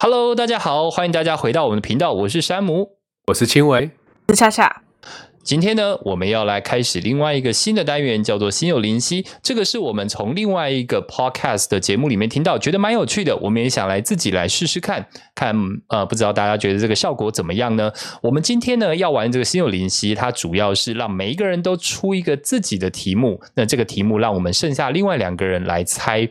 Hello，大家好，欢迎大家回到我们的频道，我是山姆。我是青维，是夏夏，今天呢，我们要来开始另外一个新的单元，叫做“心有灵犀”。这个是我们从另外一个 podcast 的节目里面听到，觉得蛮有趣的，我们也想来自己来试试看，看呃，不知道大家觉得这个效果怎么样呢？我们今天呢要玩这个“心有灵犀”，它主要是让每一个人都出一个自己的题目，那这个题目让我们剩下另外两个人来猜，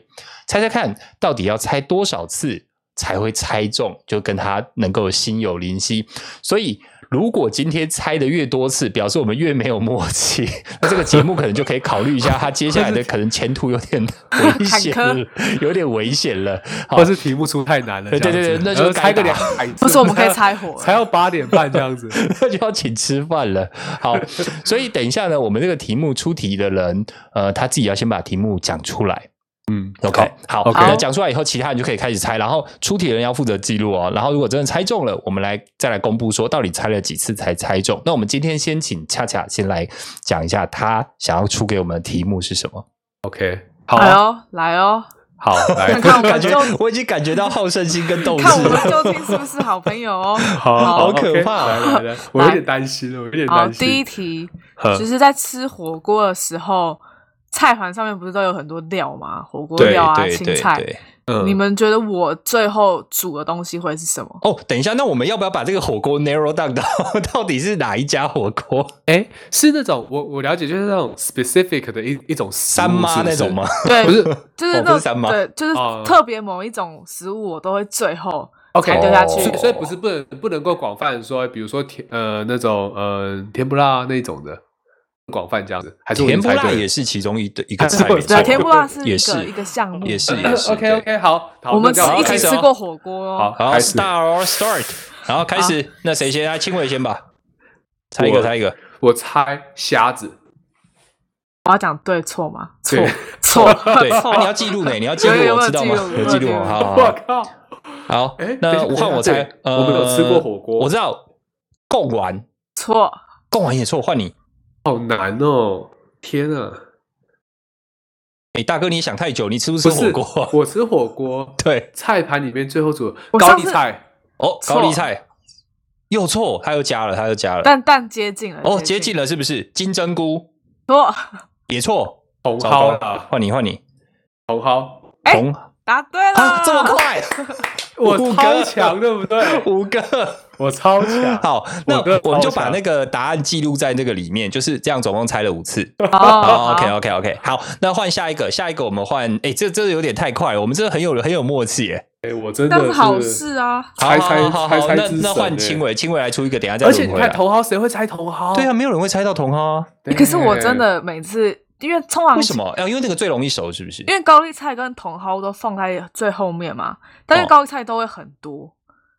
猜猜看到底要猜多少次才会猜中，就跟他能够心有灵犀。所以，如果今天猜的越多次，表示我们越没有默契， 那这个节目可能就可以考虑一下，它接下来的可能前途有点危险了， 有点危险了。好或，是题目出太难了，对对对这样子那就然后猜个改两打百次，不是我们可以猜火 才要八点半这样子。那 就要请吃饭了。好，所以等一下呢，我们这个题目出题的人，呃，他自己要先把题目讲出来。嗯 OK，好 OK 那讲出来以后，其他人就可以开始猜，然后出题的人要负责记录哦。然后如果真的猜中了，我们来再来公布说到底猜了几次才猜中。那我们今天先请恰恰先来讲一下他想要出给我们的题目是什么。 ，OK，好啊来哦，来哦，好来看，看我哎感们觉就我已经感觉到好胜心跟斗志看我们 了。究竟是不是好朋友哦。好 好可怕来来来，我有点担心了，我有点好，担心。第一题呵就是在吃火锅的时候，菜盘上面不是都有很多料吗？火锅对料啊，对青对菜。对。嗯你们觉得我最后煮的东西会是什么？哦，等一下，那我们要不要把这个火锅 narrow down 到 到底是哪一家火锅？哎，是那种我我了解，就是那种 specific 的一一种三妈那种吗？ 吗？对，不是就是哦那不是三种吗对，就是哦特别某一种食物，我都会最后 OK，才丢下去哦所以所以不是不能不能够广泛说，比如说甜呃那种呃甜不辣那种的，广泛这样子，还是我已甜经不猜对辣了也是其中一的一个菜还是，我没 对错啊，甜不辣是也一是个一个项目，也是对也是 OK OK 好，好 我们那这样一开起始哦吃过火锅哦。好，好开始。 ，Star or Start，然后开始，那谁先？来，青伟先吧，猜一个，我猜一个，我猜虾子，我要讲对错吗？错对错 对，错啊你要记录呢，你要记录有有，我有知道吗记录？有有记记录哦，录好好我好，靠，好哎，等那一下我换等一下我猜对，呃我们有吃过火锅我知道，贡丸，错，贡丸也错，换你，好难哦！天啊，哎，大哥，你想太久，你吃不吃不火是锅？我吃火锅， 对，菜盘里面最后煮我高上丽次菜，哦，错高丽菜又错，他又加了，他又加了，但但接近哦了。哦，接近了是不是？金针菇错，也错，茼糟蒿糕啦，换你，换你，茼蒿，哎红答对了啊，，这么快，我五超个强，对不对？五个。我超 强，好，那我真的我们就超强把那个答案记录在那个里面，就是这样，总共猜了五次。哦哦、o k OK OK，好，那换下一个，下一个我们换，哎，这这有点太快了，我们这很有很有默契耶。哎，我真的但是是好事啊，好猜好猜好好猜好猜那之那神换欸青伟，青伟来出一个，等一下再而且你轮回看来。茼蒿，谁会猜茼蒿？对啊，没有人会猜到茼蒿啊，对，欸可是我真的每次，因为通常为什？么？啊，因为那个最容易熟，是不是因？为高丽菜跟茼蒿都放在最后面嘛，但哦是高丽菜都会很多，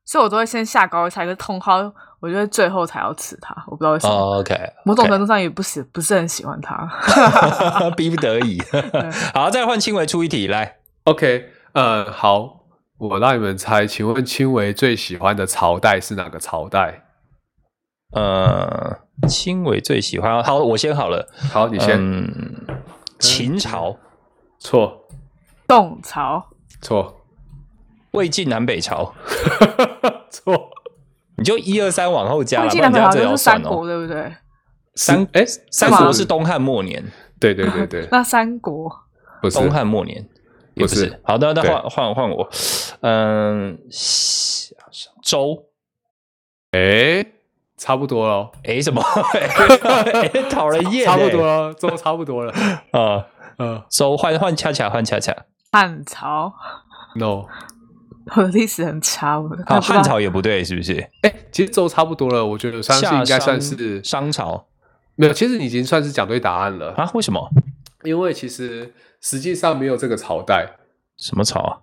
所以我都会先下高丽菜，可是茼蒿我就会最后才要吃它，我不知道为什么。哦，OK，某种程度上也不是不是很喜欢它， 逼不得已。 好，再换青伟出一题来。 OK，呃，好，我让你们猜，请问青维最喜欢的朝代是哪个朝代？呃，青伟最喜欢，好，我先好了。好，你先、嗯，秦朝、错宋朝 错魏晋南北朝，错，你就一二三往后加魏了，啊不晋然南你北这样子也好像要是算三国，哦。对不对？三哎，三吗国是东汉末年，对对对 对，那三国不是东汉末年也不不是是。好的，那对换换换我，嗯，西周，哎，差不 多了，哎， 什么？哎讨人厌，差不多了，都差不多了，啊。呃周换换恰恰换恰恰，汉朝， ，no，我的历史很差，我看好，不到啊汉朝也不对，是不是？哎，其实都差不多了，我觉得相信夏应该算商是商朝没有，其实你已经算是讲对答案了，啊？为什么？因为其实实际上没有这个朝代，什么朝啊？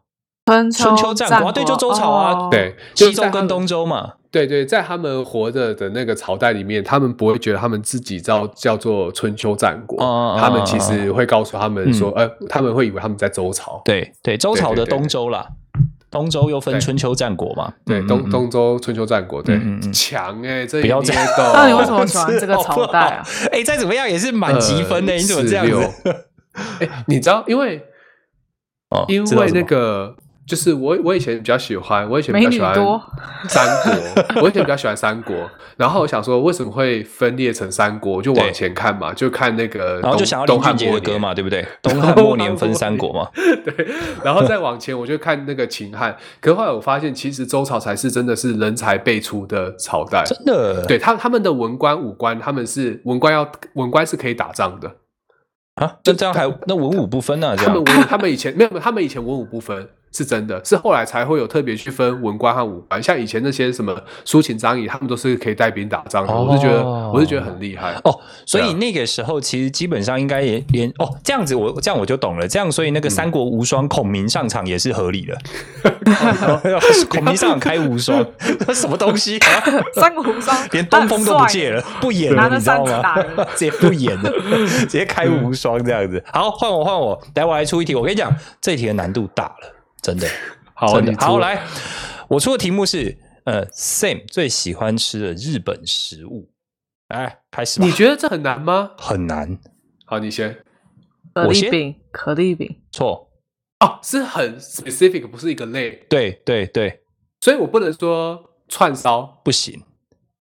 春秋春秋战战国啊对就周朝啊哦对，就是西在周他跟们东周嘛。对对，在他们活着的那个朝代里面，他们不会觉得他们自己叫叫做春秋战国，哦哦嗯他们其实会告诉他们说，呃，他们会以为他们在周朝，对对，周对朝对的对东对周啦，东周又分对春秋战国嘛。对，嗯东、嗯嗯东周春秋战国，对，嗯嗯嗯强哎、这不要这样那 那你为什么喜欢这个朝代啊？ 哎、再怎么样也是呃满积分的、你 怎么这样子？欸哎、你知道，因为哦因知道为什么那个就是我我以前比较喜欢，我以前比美较女喜欢多三国，我以前比较喜欢三国。然后我想说，为什么会分裂成三国？我就对往前看嘛，就看那个东，然后就想要东林汉俊杰末的歌年，嘛，对 不对？东汉末年分三国嘛， 对。然后再往前，我就看那个秦汉。可是后来我发现，其实周朝才是真的是人才辈出的朝代。真的对他他们的文官武官，他们是文官要文官是可以打仗的，啊，那这样还那文武不分啊，这他们样文 他们以前没有，他们以前文武不分。是真的，是后来才会有特别去分文官和武官，像以前那些什么苏秦、张仪，他们都是可以带兵打仗的。我是觉得，哦我是觉得很厉害。哦，所以对啊那个时候其实基本上应该也连哦这样子我，这样我就懂了，这样所以嗯那个三国无双孔明上场也是合理的， 孔明上场开无双， 什么东西啊？三国无双连东风都不借了，不演了，拿着你知道扇子吗打人？ 直接不演了，直接开无双这样子。好，换我，换我，来，我来出一题。我跟你讲，这一题的难度大了，真的，好，真你的。出好，，来，我出的题目是，呃，Sam 最喜欢吃的日本食物。来，开始吧。你觉得这很难吗？很难？好，你先。可我丽先饼，可丽饼，错，哦，是很 specific，不是一个类，对对对，所以我不能说串烧不行。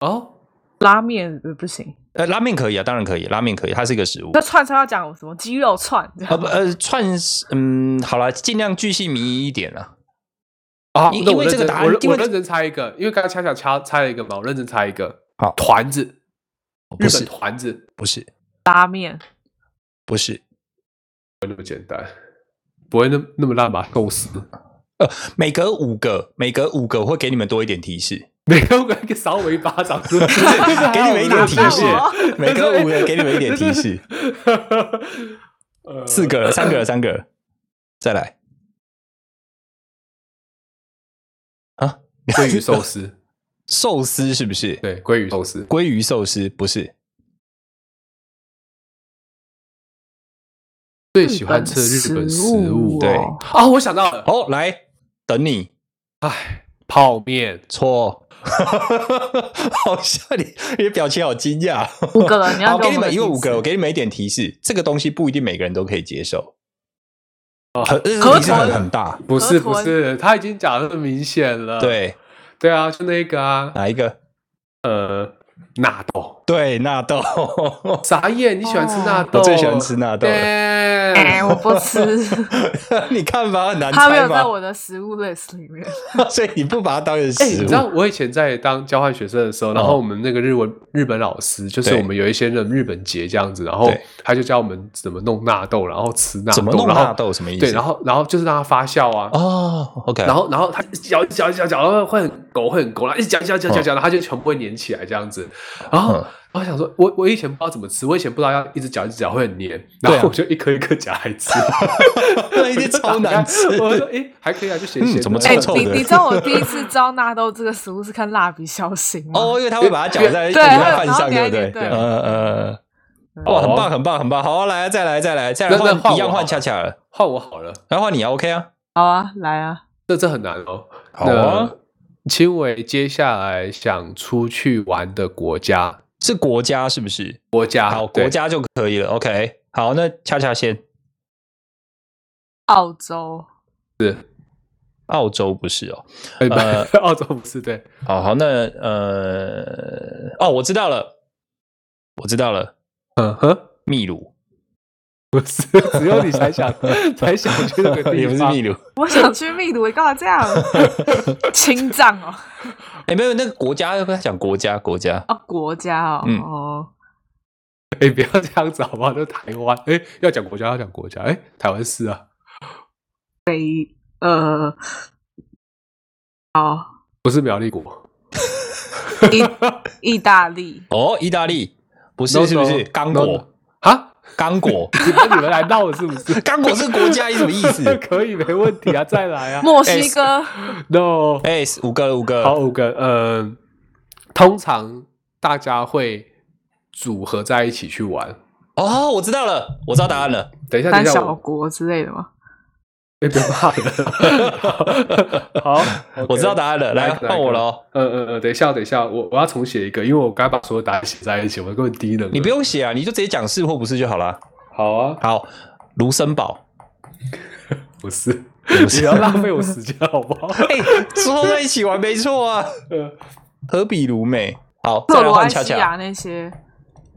哦。拉面呃不行。呃，拉面可以啊，当然可以，拉面可以，它是一个食物那。串烧要讲什么？鸡肉串，这呃不样呃串嗯，好了，尽量巨细靡遗一点啊。啊，因那我因为这个认真答案我因认为我这认真猜一个，因为刚刚恰恰猜猜了一个嘛，我认真猜一个。好团子，日不本是团子不是 拉面，不是，不会那么简单，不会那那么烂吧？构思，呃，每隔五个，每隔五个我会给你们多一点提 示，每个人给扫我一巴掌，是不是。给你们一点提 示打到，每隔五个给你们一点提示，呃四个了，三个了，三个了，再来啊，鲑鱼寿司，寿司是不是？对，鲑鱼寿司，鲑鱼寿司不是最喜欢吃的日本食物，对哦啊，我想到了，哦，来等你哎，泡面，错。 好像你你的表情好惊讶，五个人你要好给我给你们们一提个五示个，我给你们一点提示，这个东西不一定每个人都可以接受，哦很这河个提示很豚很大，不是河不豚是，他已经讲的很明显了。对，嗯对啊，就那个啊，哪一个？呃，纳豆，对，纳豆。 傻眼，你喜欢哦吃纳豆？我最喜欢吃纳豆了 Damn 哎，我不吃， 你看吧，很难它没猜有在吧？我的食物 list 里面。 所以你不把它当成哎、食你物知，道我以前在当交换学生的时候，然后我们那个日文日本老师，就哦是对我们有一些人日本节这样子，然后对他就教我们怎么弄纳豆，然后吃纳豆，怎么弄然后纳豆什么意思对，然后然后就是让它发酵啊。哦，OK，然后，然后他一直嚼，一直嚼，一直嚼，嚼，然后会很狗，会很狗，然后一直嚼，一直嚼，一直嚼，一直嚼，然后它就全部会粘起来这样子。然后，哦嗯然后我想说，我我以前不知道怎么吃，我以前不知道要一直嚼，一直嚼会很黏，对啊然后我就一颗一颗夹来吃， 那一定超 难吃我说，哎，还可以啊，就咸咸的。嗯怎么哎臭臭，你的你知道我第一次知道纳豆这个食物是看《蜡笔小新》吗？哦，因为他会把它搅在对搅在饭然后上，给对它一不对？点对嗯嗯嗯，好哇，啊很棒，很棒，很棒！好，来，再来，再来，再来，那那换换我一样好换了恰恰了，换我好了，来换你啊，OK 啊，好啊，来啊，这这很难哦。好啊那。青伟接下来想出去玩的国家，是国家是不是？啊国家好，对国家就可以了，OK。好，那恰恰先，澳洲，是，澳洲不是哦，哎不呃 澳洲不是对，好好，那呃，哦，我知道了，我知道了，嗯哼，秘鲁，不是， 只有你才 想才想去那个地 方，也不是秘鲁，我想去秘鲁，你干嘛 这样？青藏哦，哎，没有那个国家，要不要讲国家？国家哦，国家哦，嗯哦，哎，不要这样子好不好？就台湾，哎，要讲国家，要讲国家，哎，台湾是啊，呃，哦，不是苗栗国， 意大利，哦，意大利不是 No, 是不是 no, 刚 no, 果 no.？啊，刚果，？你跟你们来闹是不是 刚果是国家，什么意思？可以，没问 题啊，再来啊墨西哥， ，no，哎，五个了五个好，了，五个，嗯，通常大家会组合在一起去玩。哦，我知道了，我知道答案了，等一下，等三一下，小我国之类的吗？哎，别骂 人。好，好我知道答。案了，来来换我了哦。嗯嗯嗯，等一下，等一下，我我要重写一个，因为我刚刚把所有答案写在一起，我根本低能。你不用写啊，你就直接讲是或不是就好了。 好啊，好，卢森堡，不是，不是你不要浪费我时间好不好？哎，之后在一起玩没错啊。呃何比如美？好，克再来罗啊换埃巧西巧。亚那些，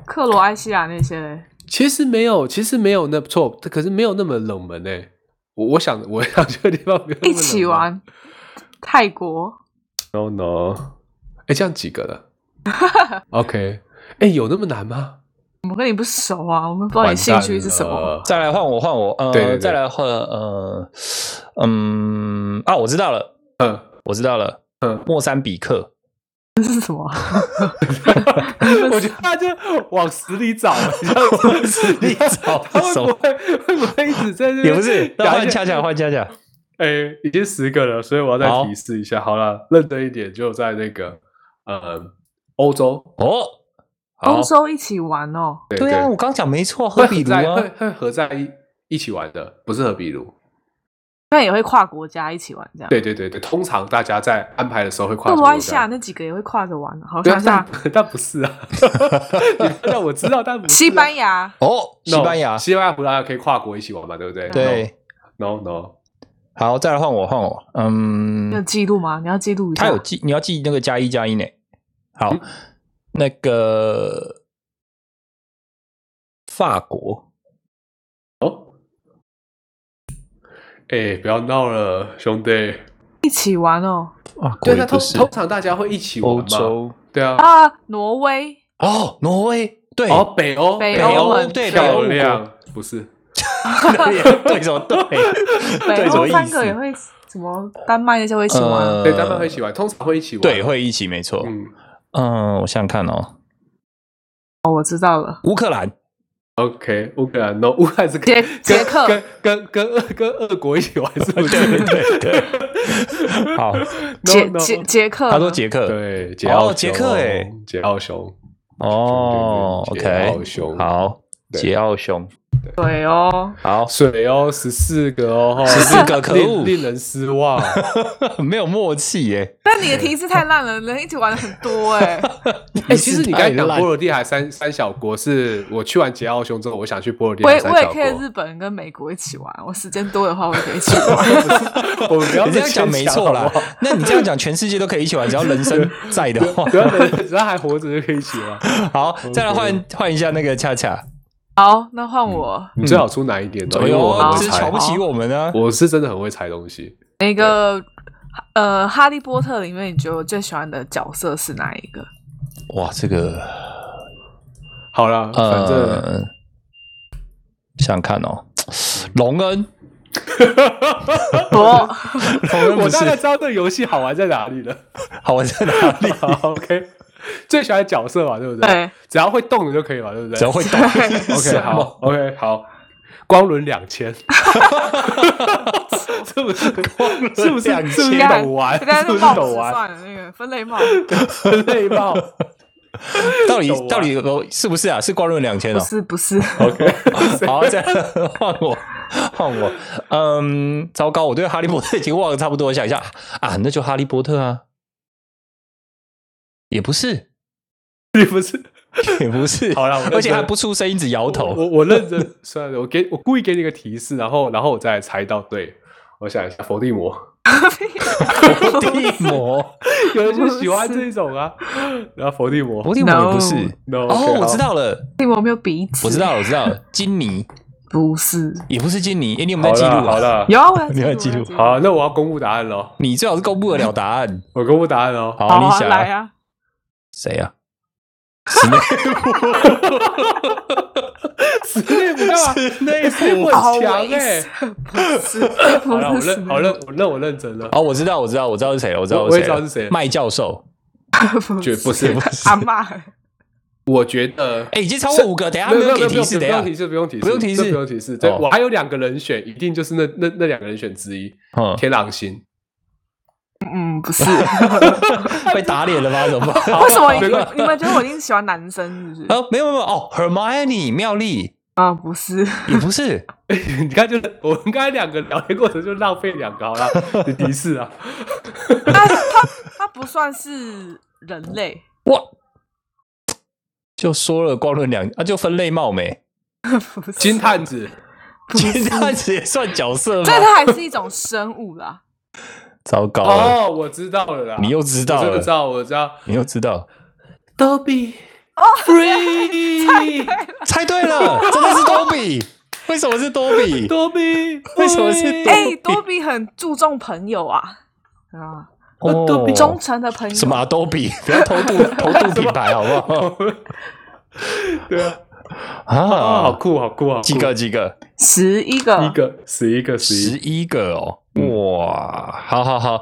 克罗埃西亚那些嘞，其实没有，其实没有那不错，可是没有那么冷门哎、我我想我想去的地方没有那一么起冷门。玩泰国， No no，哎、这样几个了 ？OK，哎、有那么难吗？我们跟你不熟啊，我们不知道你兴趣是什完蛋么。了？再来换我，换我，呃，对对对再来换，呃，嗯，啊，我知道了，嗯我知道了，嗯，莫桑比克，这是什么啊？ 我觉得他就往死里找，你知道吗往死里啊找 他会不会会不会一直在这边也不是，那讲一换些恰恰，换恰恰，哎、已经十个了，所以我要再好提示一下。好了，认真一点，就在那个呃欧洲，哦，好 欧，洲一起玩哦，对对啊，我刚讲没错，和比如在啊会，会合在一一起玩的，不是和比如。但也会跨国家一起玩这样。对对对对，通常大家在安排的时候会跨克出罗埃国西亚家。那几个也会跨着玩，好对想啊，想但但 不是啊，那我知道，但不是啊、西班牙，哦，西 No，班牙，西班牙、葡萄牙可以跨国一起玩嘛，对不对？对， ，no no，好，再来换我，换我，你有嗯，记录吗？你要记录一下。他有记，你要记那个加一加一呢，好，那个法国，哎、不要闹了，兄弟。一起玩哦啊，对，那那通通常大家会一起玩欧嘛。洲，对啊，啊！挪 威，哦，挪威，对， 哦，北哦欧，北北欧欧，们对，北漂欧国亮，不是？对什么对？北对什欧么意三个也思？会什么丹麦那些会一起玩，呃对，他们会一起玩，通常会一起玩。对，会一起，没错。嗯，嗯，我想想看哦，哦，我知道了，乌克兰 OK，乌克兰 no，乌克 兰是跟跟捷捷克跟跟跟俄跟俄国一起玩，是不是？对 对，好， 捷 no, no, 捷捷克，他说捷克，对，捷奥哦捷克欸，捷奥熊，哦对对对，OK，捷奥熊，，好，对，捷奥熊，对哦，好水哦，十四个哦，哈14个可恶令令人失望。 没有默契耶。但你的提示太烂了，人一起玩的很 多哎、哎，其实你刚才讲太烂波罗的海三三小国，是我去完捷奥熊之后，我想去波罗的我海也三我也小可以国日。本跟美国一起玩，我时间多的话我也可以一起玩。 我们不要你这样讲牵没强错好啦不好，那你这样讲，全世界都可以一起玩，只要人生在的话。只要人只要还活着就可以一起玩。好，再来换换一下那个恰恰，好，那换我、你最好出难一点的，哎因为我呦，很这会是猜瞧。不起我们啊！我是真的很会猜东西。那个呃，《哈利波特》里面你觉得我最喜欢的角色是哪一个？哇，这个好了，反正呃，想看哦，隆恩， 我隆恩我不大概是知道这个游戏好玩在哪里了。好玩在哪 里？好，OK，最喜欢角色嘛，对不对？ 对，只要会动的就可以嘛，对不对？只要 会动 OK，什么好，OK，好。光轮两千，是不是？是不是？ 2000是不是懂玩？大家是都不是帽子懂玩？算了，那个分类帽累爆。 到底懂啊到底有是不是啊？是光润两千不哦。是不是， OK， 好，再换我，换我。嗯，糟糕，我对哈利波特已经忘了差不多。我想一下啊，那就哈利波特啊，也不 是，你不是？也不是。好啦我认真而且还不出声音，只摇我头。我认真， 算了，我给我故意给你个提示，然后然后我再来猜到。对，我想一下，伏地魔， 伏 地魔，有人就喜欢这种啊。然后伏地魔伏地魔也不是。 ，no，哦，我知， OK，好道了，你有没有鼻子？我知，道了，我知道了，金妮不是。也不是金妮，哎，你有没有在记录好啊？了，有啊，我有你要记我有录好，啊那我要公布答案喽，你最好是公布得了答案。我公布答案喽。好，好你啊，想啊来啊！谁啊呀、史内史内普干嘛？内普很强哎。不是，不 好了，我是认，好认，我认，我认真了。哦，我知道，我知道，我知道是谁了，我知道我谁了我也知道是谁了麦教授。绝不 是，阿妈，我觉得。哎，已经超过五个，等一下没没有有给没有提示，不等一用下提示，不用提示，不用提这示不用提示。对，哦我还有两个人选，一定就是那那那两个人选之一，嗯， 天狼星。嗯，不是。被打脸了吗？怎么办？为什么你们你们觉得我一定喜欢男生？是不是？呃，没有没有没有哦，Hermione 妙丽啊，不是，也不是， 你看，就是我们刚才两个聊天过程就浪费两个，好啦， 你提示 啊，他他他不算是人类，我就说了光论两啊，就分类貌美不是金探子，其实它也算角色所以吗？它还是一种生物啦。糟糕了，哦，我知道了啦，你又知道我真的知了，道，我 知道你又知道， d o b 哦 free，猜对了，真的是多比。为什么是多比？ 多比， 为什么是多哎、多比很注重朋友啊，啊，哦多比忠诚的朋友。什么啊多比？不要偷渡 偷渡品牌好不好？对啊，啊，好啊，酷，好酷，好酷几个几个，十一个，一个，十一个，啊嗯十十一，一个哦，哇，好好好，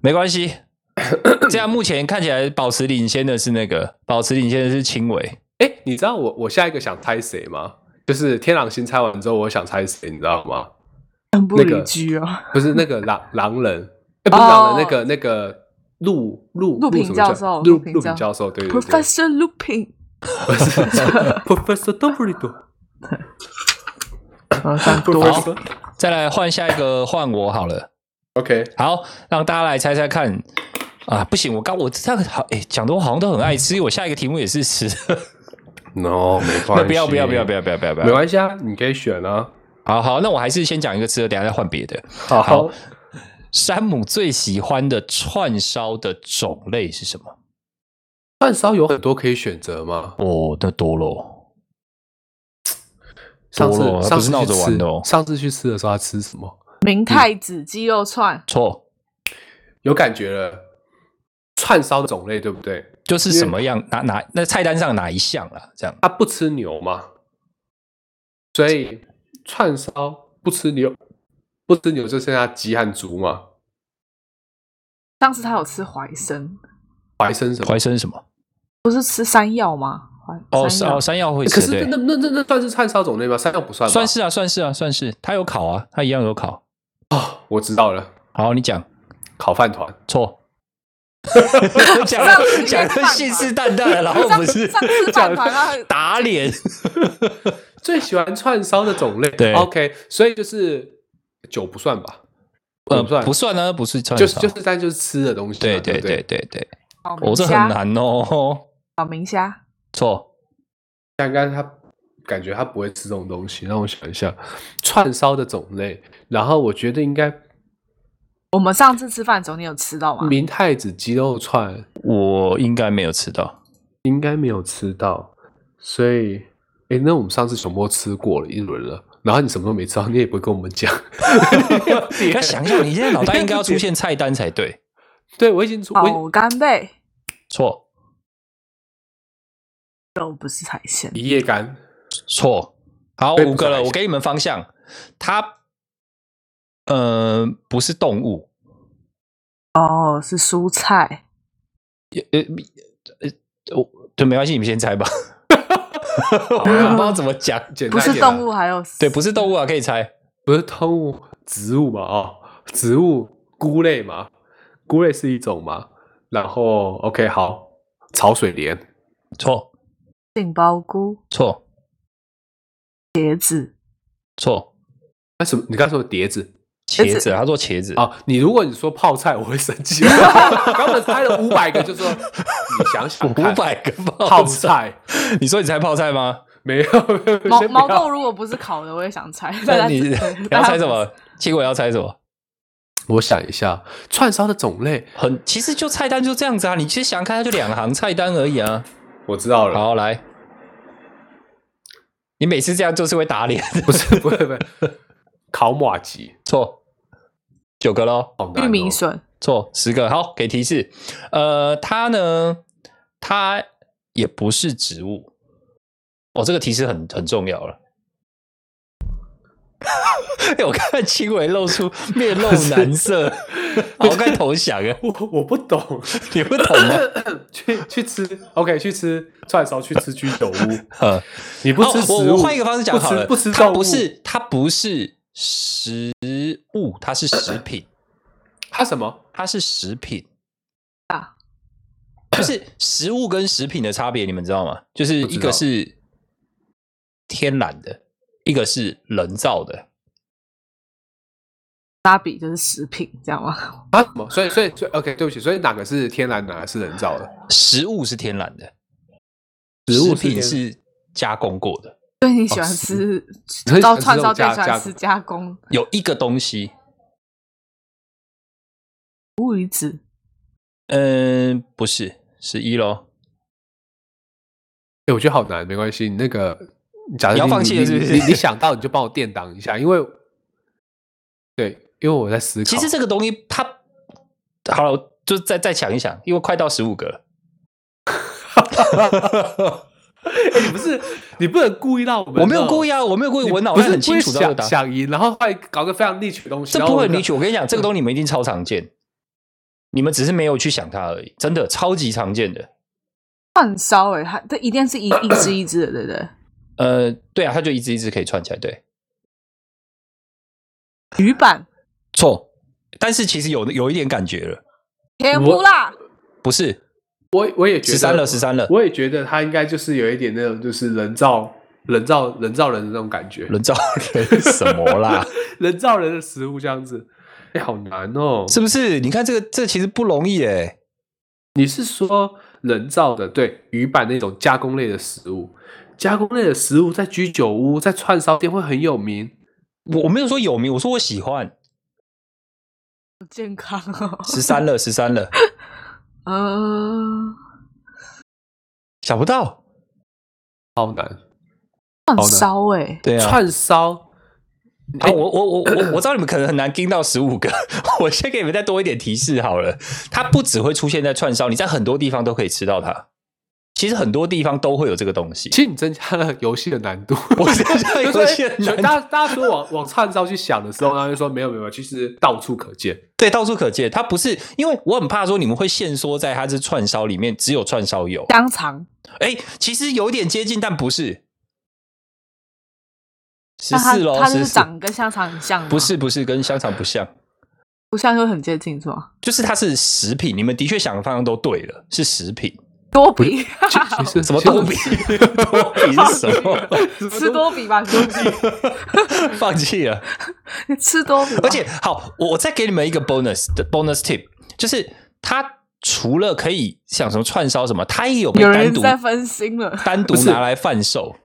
没关 系。这样目前看起来保持领先的是那个，保持领先的是青伟。哎，你知道我我下一个想猜谁吗？就是天狼星猜完之后，我想猜谁，你知道吗？很不那个理居哦。不是那个狼狼人，哎，不是狼哦人，那个那个陆陆陆平什么教授陆陆平陆平教教授，对对对 Professor Lupin， ，Professor d o b r i d o 嗯 Professor，再来换下一个，换我好了。 OK，好，让大家来猜猜看啊！不行，我刚我这样好，哎、讲的我好像都很爱吃。我下一个题目也是吃的， No，没关那 不要不要不要不要不要不要不没要。关系啊，你可以选啊。好好，那我还是先讲一个吃的，等一下再换别的。好好山姆最喜欢的串烧的种类是什么？串烧有很多可以选择吗？哦，那多咯。上次多了它上不是次闹去着玩吃的哦，上次去吃的时候他吃什么？明太子鸡肉串，错，有感觉了，串烧的种类对不对？就是什么样哪哪那菜单上哪一项啦？这样他不吃牛嘛，所以串烧不吃牛，不吃牛就剩下鸡和猪嘛。当时他有吃怀参，怀生什么？怀生什么？不是吃山药吗？淮哦，山山药哦山药会可吃是对那，那那那算是串烧种类吗？山药不算吧？算。是啊算是啊算是，他有烤啊，他一样有烤。我知道了，好，你讲。烤饭团。 错。讲得讲的信誓旦旦的，然后哦不是上上次讲反团 啊打脸，最喜欢串烧的种类，对，OK，所以就是酒不算吧？呃，不算不算呢，不是串就是烧就是，但就是吃的东西嘛，对对对不对对对，烤明我这很虾，难哦， 烤明虾，错，但刚刚他感觉他不会吃这种东西，让我想一下，串烧的种类，然后我觉得应该我们上次吃饭的时候你有吃到吗？明太子鸡肉串我应该没有吃到，应该没有吃到，所以，哎，那我们上次熊猫吃过了一轮了，然后你什么都没吃到，你也不会跟我们 讲，你要想想，你现在脑袋应该要出现菜单才对， 对我已经出我已烤干贝，错肉不是海鲜，一夜干，错，好所以不五个是了，海鲜我给你们方向，它呃不是动物，哦，是蔬菜，呃呃呃，我对没关系，你们先猜 吧，我不知道怎么讲。 简不单一是点啊动物，，还有对，不是动物啊，可以猜。不是动物，植物嘛，哦，植物菇类嘛，菇类是一种嘛，然后 OK 好，草水莲，错杏鲍菇、错茄子，错，那什么？你刚才说碟子茄茄子，子他说茄子。啊？你如果你说泡菜，我会生 气。刚本猜了五百个，就说你想想五看，百个泡泡菜，菜 你说你猜泡菜吗？没有 没有毛先不毛要豆如果不是烤的，我也想猜。 那但你你 要猜什么？结果要猜什么？我想一下，串烧的种类很，其实就菜单就这样子啊，你其实想看，它就两行菜单而已啊。我知道了，好，来，你每次这样就是会打脸， 不是不是不是，烤马吉错，九个喽。好难、玉哦，米笋、错，十个。好，给提示。呃，它呢，它也不是植物。哦，这个提示很很重要了。 哎，我看青伟露出面露难色，我该投降啊！我我不懂，你不懂啊吗？ 去去吃 OK 去吃串烧，去吃居酒屋，呃，你不吃哦食我物，我换一个方式讲不好吃了，不吃它动物，不是它不是食物，它是食品，它什么？它是食品啊，就是食物跟食品的差别，你们知道吗？就是不知一个道是天然的，一个是人造的。拉比就是食品，这样吗？ 它什么？所以所以所以 OK，对不起，所以哪个是天然，哪个是人造的？食物是天然的，食食物是天品是加工过的。就对你哦喜欢吃 你很喜欢吃到串烧，这种最喜加欢吃加工有一个东西，乌鱼子，嗯，不是，是一楼。哎、我觉得好难，没关系，你那个假设你要放弃了是不是你你你想到你就帮我垫挡一下，因为对，因为我在思考。其实 这个东西它好了，就再再想一想，因为快到十五个了。哎你不是你不能故意让我们，我没有故意啊，我没有故意，你我脑不袋是很清楚故到意这个想答案。想赢，然后还搞个非常逆取的东西，这然后不我会就离曲，我跟你讲，这个东西你们一定超常见，你们只是没有去想它而已，真的超级常见的。串烧哎、它这一 定是一一只一只的，对不对？呃，对啊，它就一只一只可以串起来，对，鱼板错。但是其实有有一点感觉了，甜不辣，不是我我也觉十得三了，十三了，我也觉得他应该就是有一点那种就是人造人造人造人的那种感觉， 人造人什么啦？人造人的食物这样子。哎、好难哦！ 是不是？你看这个，这其实不容易哎。你是说人造的对鱼板那种加工类的食物？加工类的食物在居酒屋、在串烧店会很有名。我我没有说有名，我说我喜欢。好健康哦。十三了，十三了， 呃嗯、想不到。好难，串烧哎、对啊，串烧好，哎啊我我我我我知道你们可能很难盯到十五个， 我先给你们再多一点提示好了。它不只会出现在串烧，你在很多地方都可以吃到它。其实很多地方都会有这个东西。其实你增加了游戏的难度。我在这就有是些 所以大家大家说往往串烧去想的时候，然后就说没有没有，其实到处可见。 对，到处可见。它不是，因为我很怕说你们会限缩在它是串烧里面，只有串烧有。香肠，哎、其实有点接近，但不是。十但它四喽，它就是14长得跟香肠很像吗，不是不是跟香肠不像，不像就很接近是吗？就是它是食品。你们的确想的方向都对了，是食品。多比其其实什么其实多 比？多比是什么？ 吃多比 吧，吃多 放弃了。比，吃多比吧，而且好，我我再给你们一个 bonus 的 bonus tip，就是它除了可以像什么串烧什么，它也有被有单人独在分心了。单独不是拿来贩售。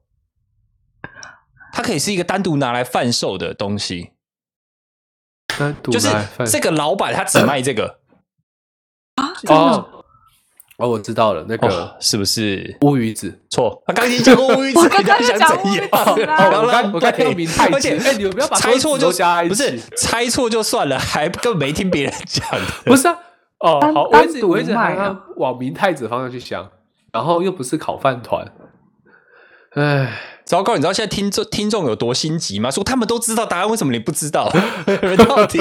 它可以是一个单独拿来贩售的东西，单独就是来饭这个老板他只卖这个，哦哦，我知道了，那哦个，是不是？乌鱼子。错，他刚已经讲过乌鱼子，我刚刚你就想讲怎乌鱼样？子啦哦不要我刚浪我刚费听明太而且急哎你们不要把猜错桌子都就加在一不是起猜错就算了，还根本没听别人讲的。不是啊，哦，单好，我一单直独我一直卖还啊要往明太子方向去想，然后又不是烤饭团，唉，糟糕，你知道现在听众听众有多心急吗？说他们都知道答案，为什么你不知道？ 到底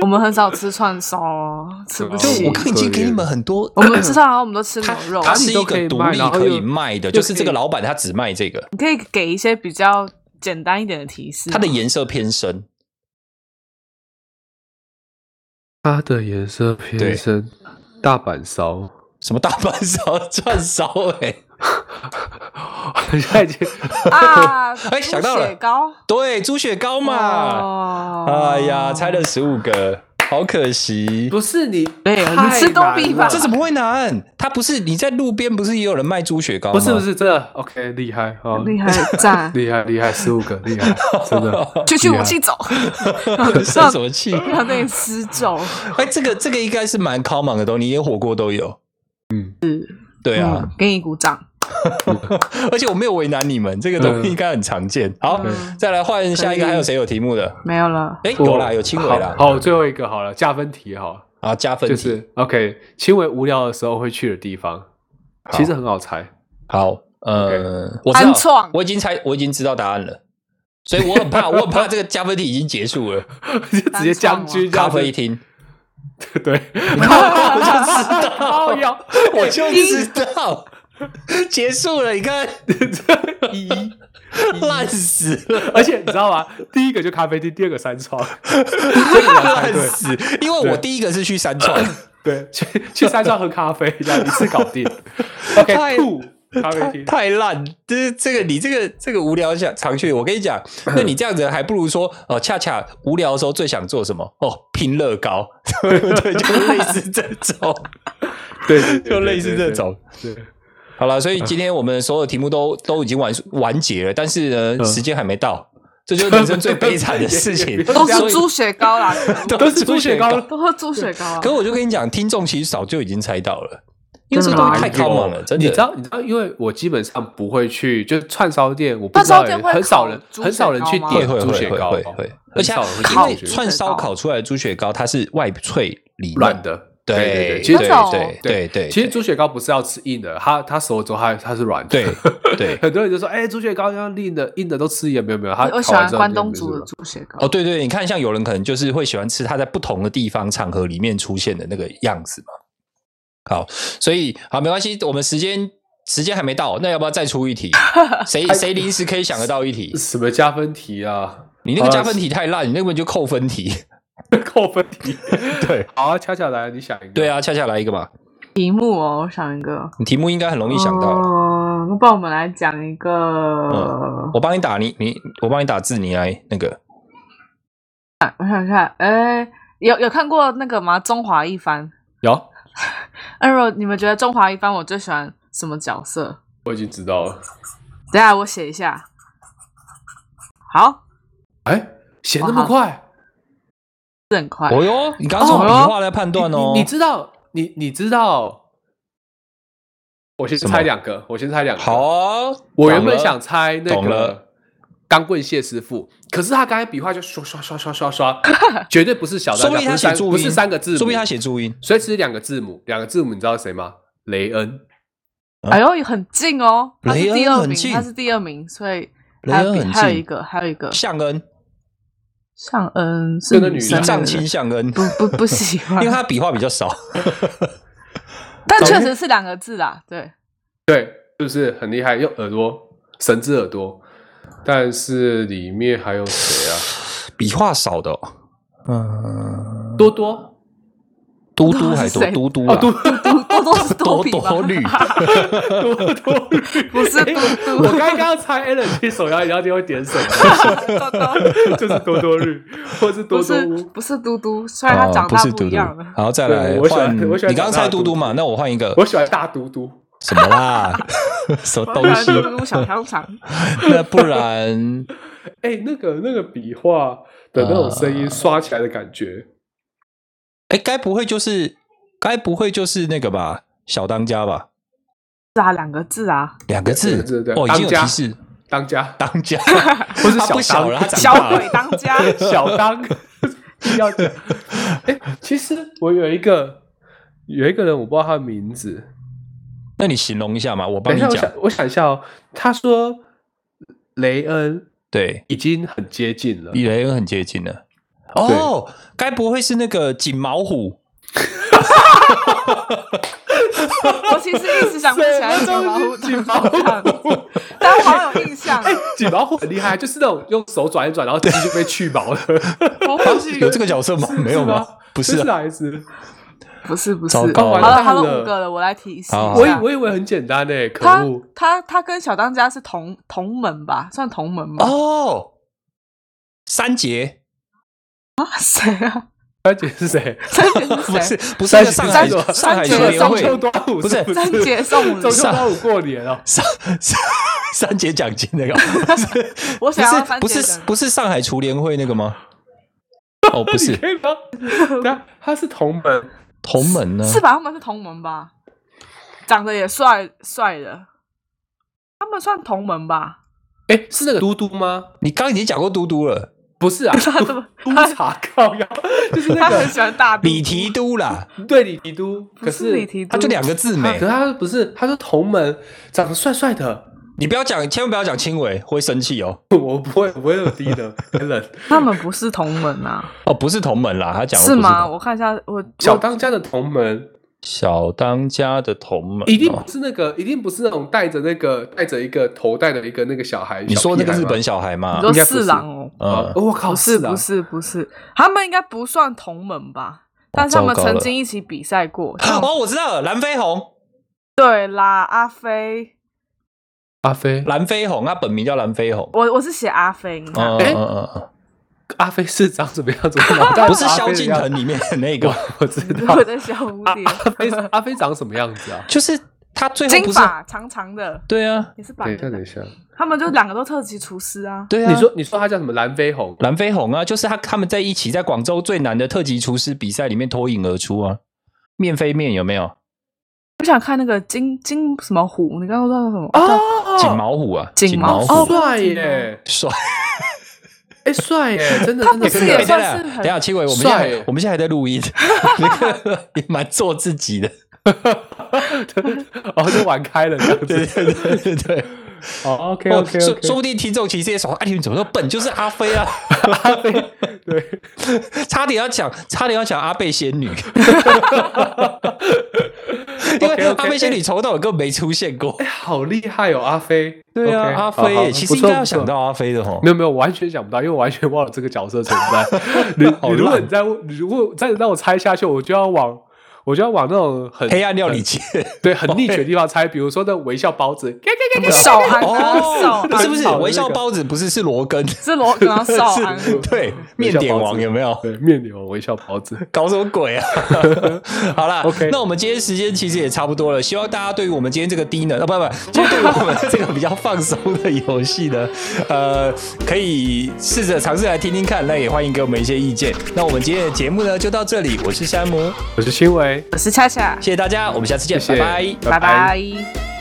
我们很少吃串烧哦，吃不啊就起。我刚已经给你们很多，我们吃串烧，我们 都吃它牛肉。它哪里是一哦都可个以独卖立然后可以又卖的，又就是可以这个老板他只卖这个，你可以给一些比较简单一点的提嗯示吗。它的颜色偏深，它的颜色偏深，大阪烧， 什么大阪烧、串烧，哎，现在已 经啊，哎猪想到了血糕对，猪血糕嘛，哦哎呀，猜了十五个，好可惜。不啊是你对太你吃多比吧难了这怎么会难？它不是你在路边不是也有人卖猪血糕吗？不是不是真的？OK，厉害啊，厉害 赞，厉害厉害，十五个厉害，真的去去啊厉害武 器走，生什么 气？不要对你施咒。哎，这个这个应该是蛮 common 的东西，连火锅都有。嗯，对啊，嗯，给你鼓掌。而且我没有为难你们，这个东西嗯应该很常见。好，嗯再来换下一个，可以还有谁有题目的？没有了， 哎，我有啦，有轻微啦。好，好最后一个好了，加分题好了，啊，加分就题。是 OK，轻微无聊的时候会去的地方，其实很好猜。 好，呃，我知安道，创，我已经猜，我已经知道答案了，所以我很怕，我很怕这个加分题已经结束了。就直啊接将军这咖样子啡 厅，对，我就知 道，哦哟，我就知道， 结束了。你看， 一， 烂死了， 而且你知道吗？第一个就咖啡厅，第二个三创，烂死！因为我对第一个是去三创， 对， 去去三创喝咖啡，这样一次搞 定。OK，太吐咖啡厅，太烂，就是这个你这个这个无聊想常去。我跟你 讲，那你这样子还不如说哦，恰恰无聊的时候最想做什么？哦，拼乐高， 对，就类似这种， 对，对就类似这。对对对对种。对，好了，所以今天我们所有题目 都都已经完完结了，但是呢，嗯时间还没到，这就是人生最悲惨的事也 情也。所都是以猪血糕啦，都是猪血糕了。都喝猪血糕啊。啊可我就跟你讲，听众其实早就已经猜到了，因为这真的东吗西太 common 了，真的。你知道，你知道，因为我基本上不会去，就是串烧店，我不串知道烧店欸会很少烤人，猪很血少人糕去吗会点会啊猪会血会糕，会会，而很且少人会因为点猪血糕串烧烤出来的猪血糕，它是外脆里软，的，对对对，其对实那对种对对对，其实猪血糕不是要吃硬的，它它熟了之后它它是软的。对对 很多人就说，哎，猪血糕要硬的，硬的都吃一点，没有没有，它我我喜烤完欢之后关就东没事煮的了猪血糕哦，对对，你看，像有人可能就是会喜欢吃它在不同的地方场合里面出现的那个样子嘛。好，所以好没关系，我们时间时间还没到，那要不要再出一题？ 谁谁临时可以想得到一题？什么加分题啊？ 你那个加分题太烂，你那根本就扣分题。扣分题。 对好啊，恰恰来，你想一个。对，啊，恰恰来一个嘛，题目哦，我想一个，你题目应该很容易想到。嗯，那帮我们来讲一嗯个，我帮你打，你你我帮你打字，你来那个。我想看，哎，有有看过那个吗？《中华一番》。 有，那如果你们觉得《中华一番》我最喜欢什么角色？我已经知道了。等一下我写一下。好，哎，写那么快，是很快。哦哟，你刚刚从笔画来判断哦你。你知道，你你知道。我先什么猜两个，我先猜两个。好啊，我原懂本了想猜那懂了个钢棍谢师傅，可是他刚才笔画就刷刷刷刷刷 刷，绝对不是小说当不家，定他不写是三注音，不是三个字母，说不定他写注音。所以只是两个字母，两个字母你知道是谁吗？雷恩，哎呦，很近哦，他是啊雷恩第二很名，近他是第二名，所以雷还有恩比很还有近一个，还有一个向恩，尚恩是跟那女生的藏对青不向恩，对不不不喜欢因为，他笔画比较少。但确实是两个字啦，对，对，是不是很厉害？用耳朵，神之耳朵。但是里面还有谁啊？笔画少的、哦，嗯，多多，嘟嘟还是多谁嘟嘟哦，啊，多多多多是多比吧 多绿，多多， 不是嘟嘟 我刚刚猜 Alan 去手摇饮料店会点什多多么？ 就是多多绿，或是不多多是屋。不是嘟嘟，虽然他哦长不大是嘟一嘟，样了，然后再来对我喜欢换，我喜欢你刚刚长猜大的嘟嘟嘛，嘟嘟那我换一个我喜欢大嘟嘟。什么啦？ 什么我东喜西？欢嘟嘟小香肠，那不然哎、那个那个笔画的那种声音刷起来的感觉，哎，该不会就是该不会就是那个吧？小当家吧，是啊，两个字啊，两个字对对对，对哦，已经有当家提示，当家当 家不是他不小小当了，他长小大鬼了。当家，小当一定要讲。哎、其实我有一个有一个人，我不知道他的名字，那你形容一下嘛，我帮等一你下我讲想。我想一下哦。他说雷恩对，已经很接近了，李雷恩很接近了。哦，该不会是那个锦毛虎？ 我其实一直想不起来什锦毛么东虎西锦毛长什么样虎子，但我好像有印象，锦毛虎很厉害，就是那种用手转一转，然后直接被去毛了，不会是有这个角色吗？没有吗吗？？不是这是啊，哪一只？不是不是，糟糕好完了蛋好了，了五个了，我来提示好好我一以下。我以为很简单诶、可他恶！他他跟小当家是同同门吧，算同门吧？哦，三杰谁啊？三姐是谁？三姐不是是谁？不是那个上三海杰是什么上海三球杰员中会秋端午不是不三姐送中礼，秋端午过年哦，上上三节奖金那个，不是我想要番茄 不是不是酱不是上海厨联会那个吗？哦，不你是可以 吗？对啊，他是同门， 同门呢？是吧？他们是同门吧？长得也帅帅的，他们算同门吧？哎，是那个嘟嘟吗？你刚刚已经讲过嘟嘟了，不是啊， 他怎么？嘟茶膏呀，就是那他 很个喜欢大肚李提督啦，对李提督，可不是李提督，他就两个字他没可是。他不是，他是同门，长得帅帅的， 你不要讲，千万不要讲轻微，会生气哦。我不会，我不会有低的， 很冷。他们不是同门啊？哦，不是同门啦，他讲的是不同吗？我看一下，我小我当家的同门小当家的同门哦，一定不是那个，一定不是那种带着那个带着一个头带的一个那个小孩。你说那个日本小小孩嘛你？说应该不是四郎哦，屁孩吗？啊嗯，我靠，不是啊不是不是，他们应该不算同门吧？但是他们糟糕了曾经一起比赛 过，像哦，我知道了，蓝飞鸿，对啦，阿飞，阿飞，蓝飞鸿，他本名叫蓝飞鸿。我我是写阿飞，你看嗯哎嗯嗯嗯阿飞是长什么样 子？我脑袋嗯，不是阿萧飞的敬样子腾里面的那个我，我知道我。在小蝴阿蝶，阿飞阿飞长什么样子啊？ 就是他最后金不是发长长的，对啊，也是等白一下，的。等一下，他们就两个都特级厨师啊，对啊，你说你说他叫什么？蓝飞鸿？蓝飞鸿啊，就是他他们在一起在广州最难的特级厨师比赛里面脱颖而出啊，面飞面有没有？我想看那个金金什么虎，你刚刚说叫什么？哦锦毛虎啊，锦锦毛毛虎虎哦帅耶！帅。哎，帅耶！ 真的，他真的，不是真也哎的。等算等是很等一下，七伟，我们现在帅还我们现在还在录音， 那个也蛮做自己的。 哦，就玩开了这样对子。对对对对。 哦，OK 哦 OK 说说 OK。不定听众其实也想说，哎，你们怎么那么笨？就是 阿飞啊，阿 飞，对，差点要讲，差点要讲阿贝仙 女，因为 OK，OK，阿贝仙女从头到尾根本没出现过。好厉害哦，阿飞。对啊 OK，阿好好飞耶，其实不应错该要不错想到阿飞的吼。没有没有，我完全想不到，因为我完全忘了这个角色存 在。你好你如果烂你再问你如果再让我猜下去，我就要往我就要往那种很黑暗料理界对很逆取的地方猜，比如说那微笑包子，手韩哦 手，不是不是，很好的那个微笑包子不是是罗根，啊是罗格啊手 韩，是对面点王有没有？对面牛微笑包子。搞什么鬼 啊！好啦 OK 那我们今天时间其实也差不多了，希望大家对于我们今天这个低能啊， 不不，就对于我们这个比较放松的游戏呢，呃，可以试着尝试来听听看，那也欢迎给我们一些意见。那我们今天的节目呢就到这里，我是山姆，我是新维，我是恰恰，谢谢大家，我们下次见，谢谢拜拜。拜拜拜。拜